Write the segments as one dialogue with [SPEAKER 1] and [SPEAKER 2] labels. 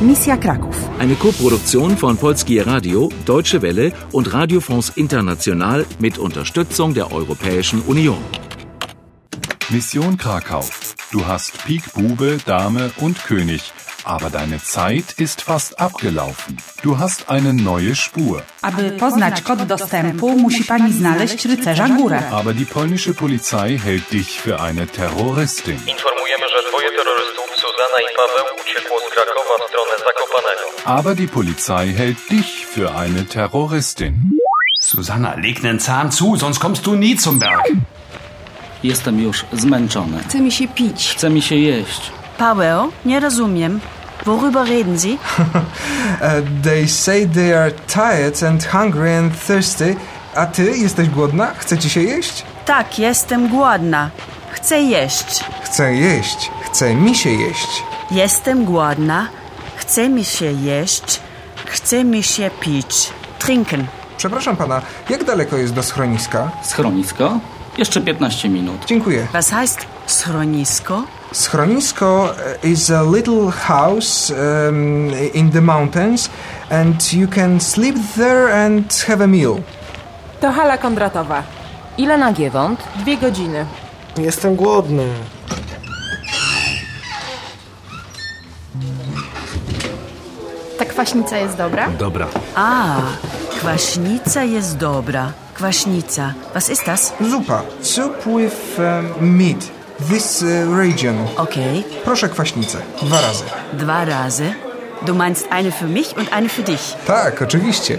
[SPEAKER 1] Misja Kraków.
[SPEAKER 2] Eine Koproduktion von Polskie Radio, Deutsche Welle und Radio France International mit Unterstützung der Europäischen Union.
[SPEAKER 3] Mission Krakau. Du hast Pik, Bube, Dame und König, aber deine Zeit ist fast abgelaufen. Du hast eine neue Spur.
[SPEAKER 4] Aby poznać kod dostępu, musi pani znaleźć rycerza górę.
[SPEAKER 3] Aber die polnische Polizei hält dich für eine Terroristin.
[SPEAKER 5] Informujemy, że dwoje terrorystów Suzana i Paweł uciekło z Krakowa w stronę Zakopanego.
[SPEAKER 3] Aber die Polizei hält dich für eine Terroristin.
[SPEAKER 6] Susanna, leg nen Zahn zu, sonst kommst du nie zum Berg.
[SPEAKER 7] Jestem już zmęczony.
[SPEAKER 8] Chce mi się pić.
[SPEAKER 7] Chce mi się jeść.
[SPEAKER 9] Paweł, nie rozumiem. Worüber reden Sie?
[SPEAKER 10] Uh, they say they are tired and hungry and thirsty. A ty jesteś głodna? Chce ci się jeść?
[SPEAKER 9] Tak, jestem głodna. Chcę jeść.
[SPEAKER 10] Chcę jeść. Chce mi się jeść.
[SPEAKER 9] Jestem głodna. Chce mi się jeść. Chce mi się pić. Trinken.
[SPEAKER 10] Przepraszam pana, jak daleko jest do schroniska?
[SPEAKER 7] Schronisko? Jeszcze 15 minut.
[SPEAKER 10] Dziękuję.
[SPEAKER 9] Was heißt schronisko?
[SPEAKER 10] Schronisko e, is a little house um, in the mountains and you can sleep there and have a meal.
[SPEAKER 11] To hala kondratowa. Ile na Giewont? Dwie godziny.
[SPEAKER 12] Jestem głodny.
[SPEAKER 8] Ta kwaśnica jest dobra?
[SPEAKER 6] Dobra.
[SPEAKER 9] A, kwaśnica jest dobra. Kwaśnica. Was ist das?
[SPEAKER 10] Zupa. Soup with um, meat. This uh, region.
[SPEAKER 9] Okay.
[SPEAKER 10] Proszę kwaśnicę. Dwa razy.
[SPEAKER 9] Dwa razy? Du meinst eine für mich und eine für dich.
[SPEAKER 10] Tak, oczywiście.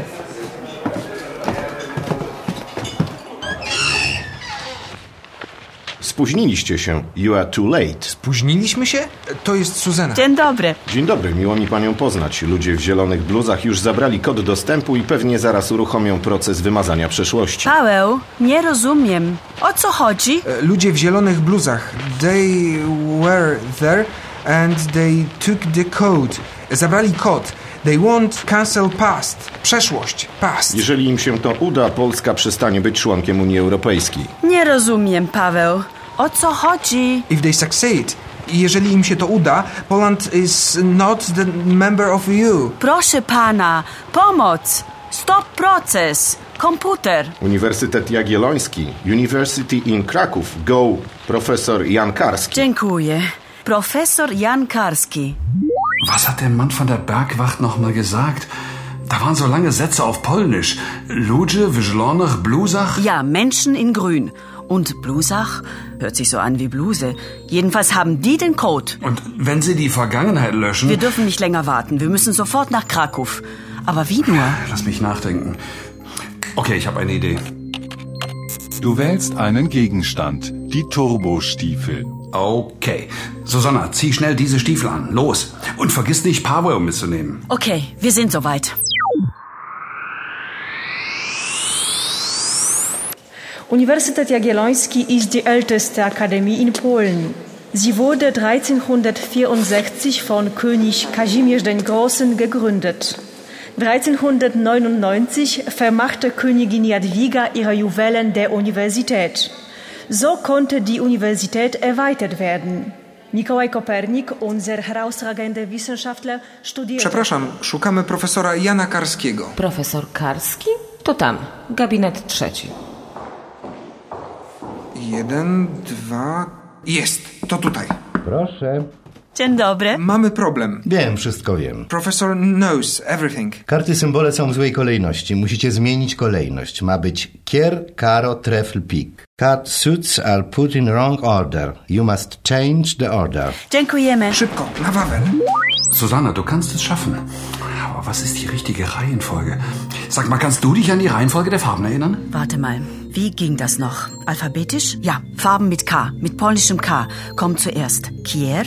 [SPEAKER 13] Spóźniliście się. You are too late.
[SPEAKER 10] Spóźniliśmy się? To jest Suzanna.
[SPEAKER 9] Dzień dobry.
[SPEAKER 13] Dzień dobry, miło mi panią poznać. Ludzie w zielonych bluzach już zabrali kod dostępu i pewnie zaraz uruchomią proces wymazania przeszłości.
[SPEAKER 9] Paweł, nie rozumiem. O co chodzi?
[SPEAKER 10] Ludzie w zielonych bluzach. They were there and they took the code. Zabrali kod. They want cancel past. Przeszłość. Past.
[SPEAKER 13] Jeżeli im się to uda, Polska przestanie być członkiem Unii Europejskiej.
[SPEAKER 9] Nie rozumiem, Paweł. O co chodzi?
[SPEAKER 10] If they succeed, jeżeli im się to uda, Poland is not the member of EU.
[SPEAKER 9] Proszę pana, pomoc! Stop proces! Komputer!
[SPEAKER 13] Uniwersytet Jagielloński, University in Kraków, go profesor Jan Karski.
[SPEAKER 9] Dziękuję. Profesor Jan Karski.
[SPEAKER 6] Was hat der Mann von der Bergwacht nochmal gesagt? Da waren so lange Sätze auf Polnisch. Ludzie, Wyżlonach, Blusach.
[SPEAKER 9] Ja, Menschen in Grün. Und Blusach? Hört sich so an wie Bluse. Jedenfalls haben die den Code.
[SPEAKER 6] Und wenn sie die Vergangenheit löschen.
[SPEAKER 9] Wir dürfen nicht länger warten. Wir müssen sofort nach Krakow. Aber wie nur?
[SPEAKER 6] Lass mich nachdenken. Okay, ich habe eine Idee.
[SPEAKER 3] Du wählst einen Gegenstand. Die Turbostiefel.
[SPEAKER 6] Okay. Susanna, zieh schnell diese Stiefel an. Los. Und vergiss nicht, Paveo mitzunehmen.
[SPEAKER 9] Okay, wir sind soweit.
[SPEAKER 14] Universität Jagielloński ist die älteste Akademie in Polen. Sie wurde 1364 von König Kazimierz den Großen gegründet. 1399 vermachte Königin Jadwiga ihre Juwelen der Universität. So konnte die Universität erweitert werden. Mikołaj Kopernik, unser herausragender Wissenschaftler, studierte.
[SPEAKER 10] Przepraszam, szukamy profesora Jana Karskiego.
[SPEAKER 15] Profesor Karski? To tam, gabinet trzeci.
[SPEAKER 10] Jeden, dwa. Jest, to tutaj.
[SPEAKER 16] Proszę.
[SPEAKER 9] Dzień dobry.
[SPEAKER 10] Mamy problem.
[SPEAKER 16] Wiem, wszystko wiem.
[SPEAKER 10] Profesor knows everything.
[SPEAKER 16] Karty symbole są w złej kolejności. Musicie zmienić kolejność. Ma być kier, karo, trefl, pik. Cut suits are put in wrong order. You must change the order.
[SPEAKER 9] Dziękujemy.
[SPEAKER 10] Szybko, na wawel.
[SPEAKER 6] Susanna, du kannst es schaffen. Aber was ist die richtige Reihenfolge? Sag mal, kannst du dich an die Reihenfolge der Farben erinnern?
[SPEAKER 9] Warte mal. Wie ging das noch? Alphabetisch? Ja, Farben mit K, mit polnischem K. Kommt zuerst Kier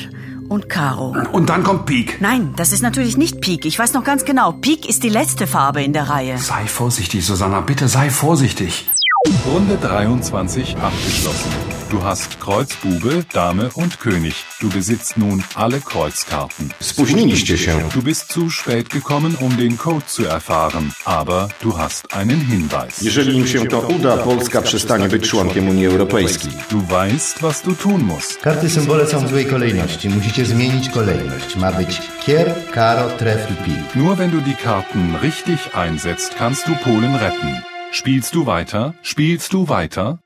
[SPEAKER 9] und Karo.
[SPEAKER 6] Und dann kommt Pik.
[SPEAKER 9] Nein, das ist natürlich nicht Pik. Ich weiß noch ganz genau. Pik ist die letzte Farbe in der Reihe.
[SPEAKER 6] Sei vorsichtig, Susanna. Bitte sei vorsichtig.
[SPEAKER 3] Runde 23 abgeschlossen. Du hast Kreuz, Bube, Dame und König. Du besitzt nun alle Kreuzkarten.
[SPEAKER 13] Spóźniliście się.
[SPEAKER 3] Du bist zu spät gekommen, um den Code zu erfahren, aber du hast einen Hinweis.
[SPEAKER 13] Jeżeli im się to uda, Polska przestanie być członkiem Unii Europejskiej.
[SPEAKER 3] Du weißt, was du tun musst.
[SPEAKER 16] Karty symbole są w złej kolejności. Musicie zmienić kolejność. Ma być Kier, Karo, Trefl, Pik.
[SPEAKER 3] Nur wenn du die Karten richtig einsetzt, kannst du Polen retten. Spielst du weiter? Spielst du weiter?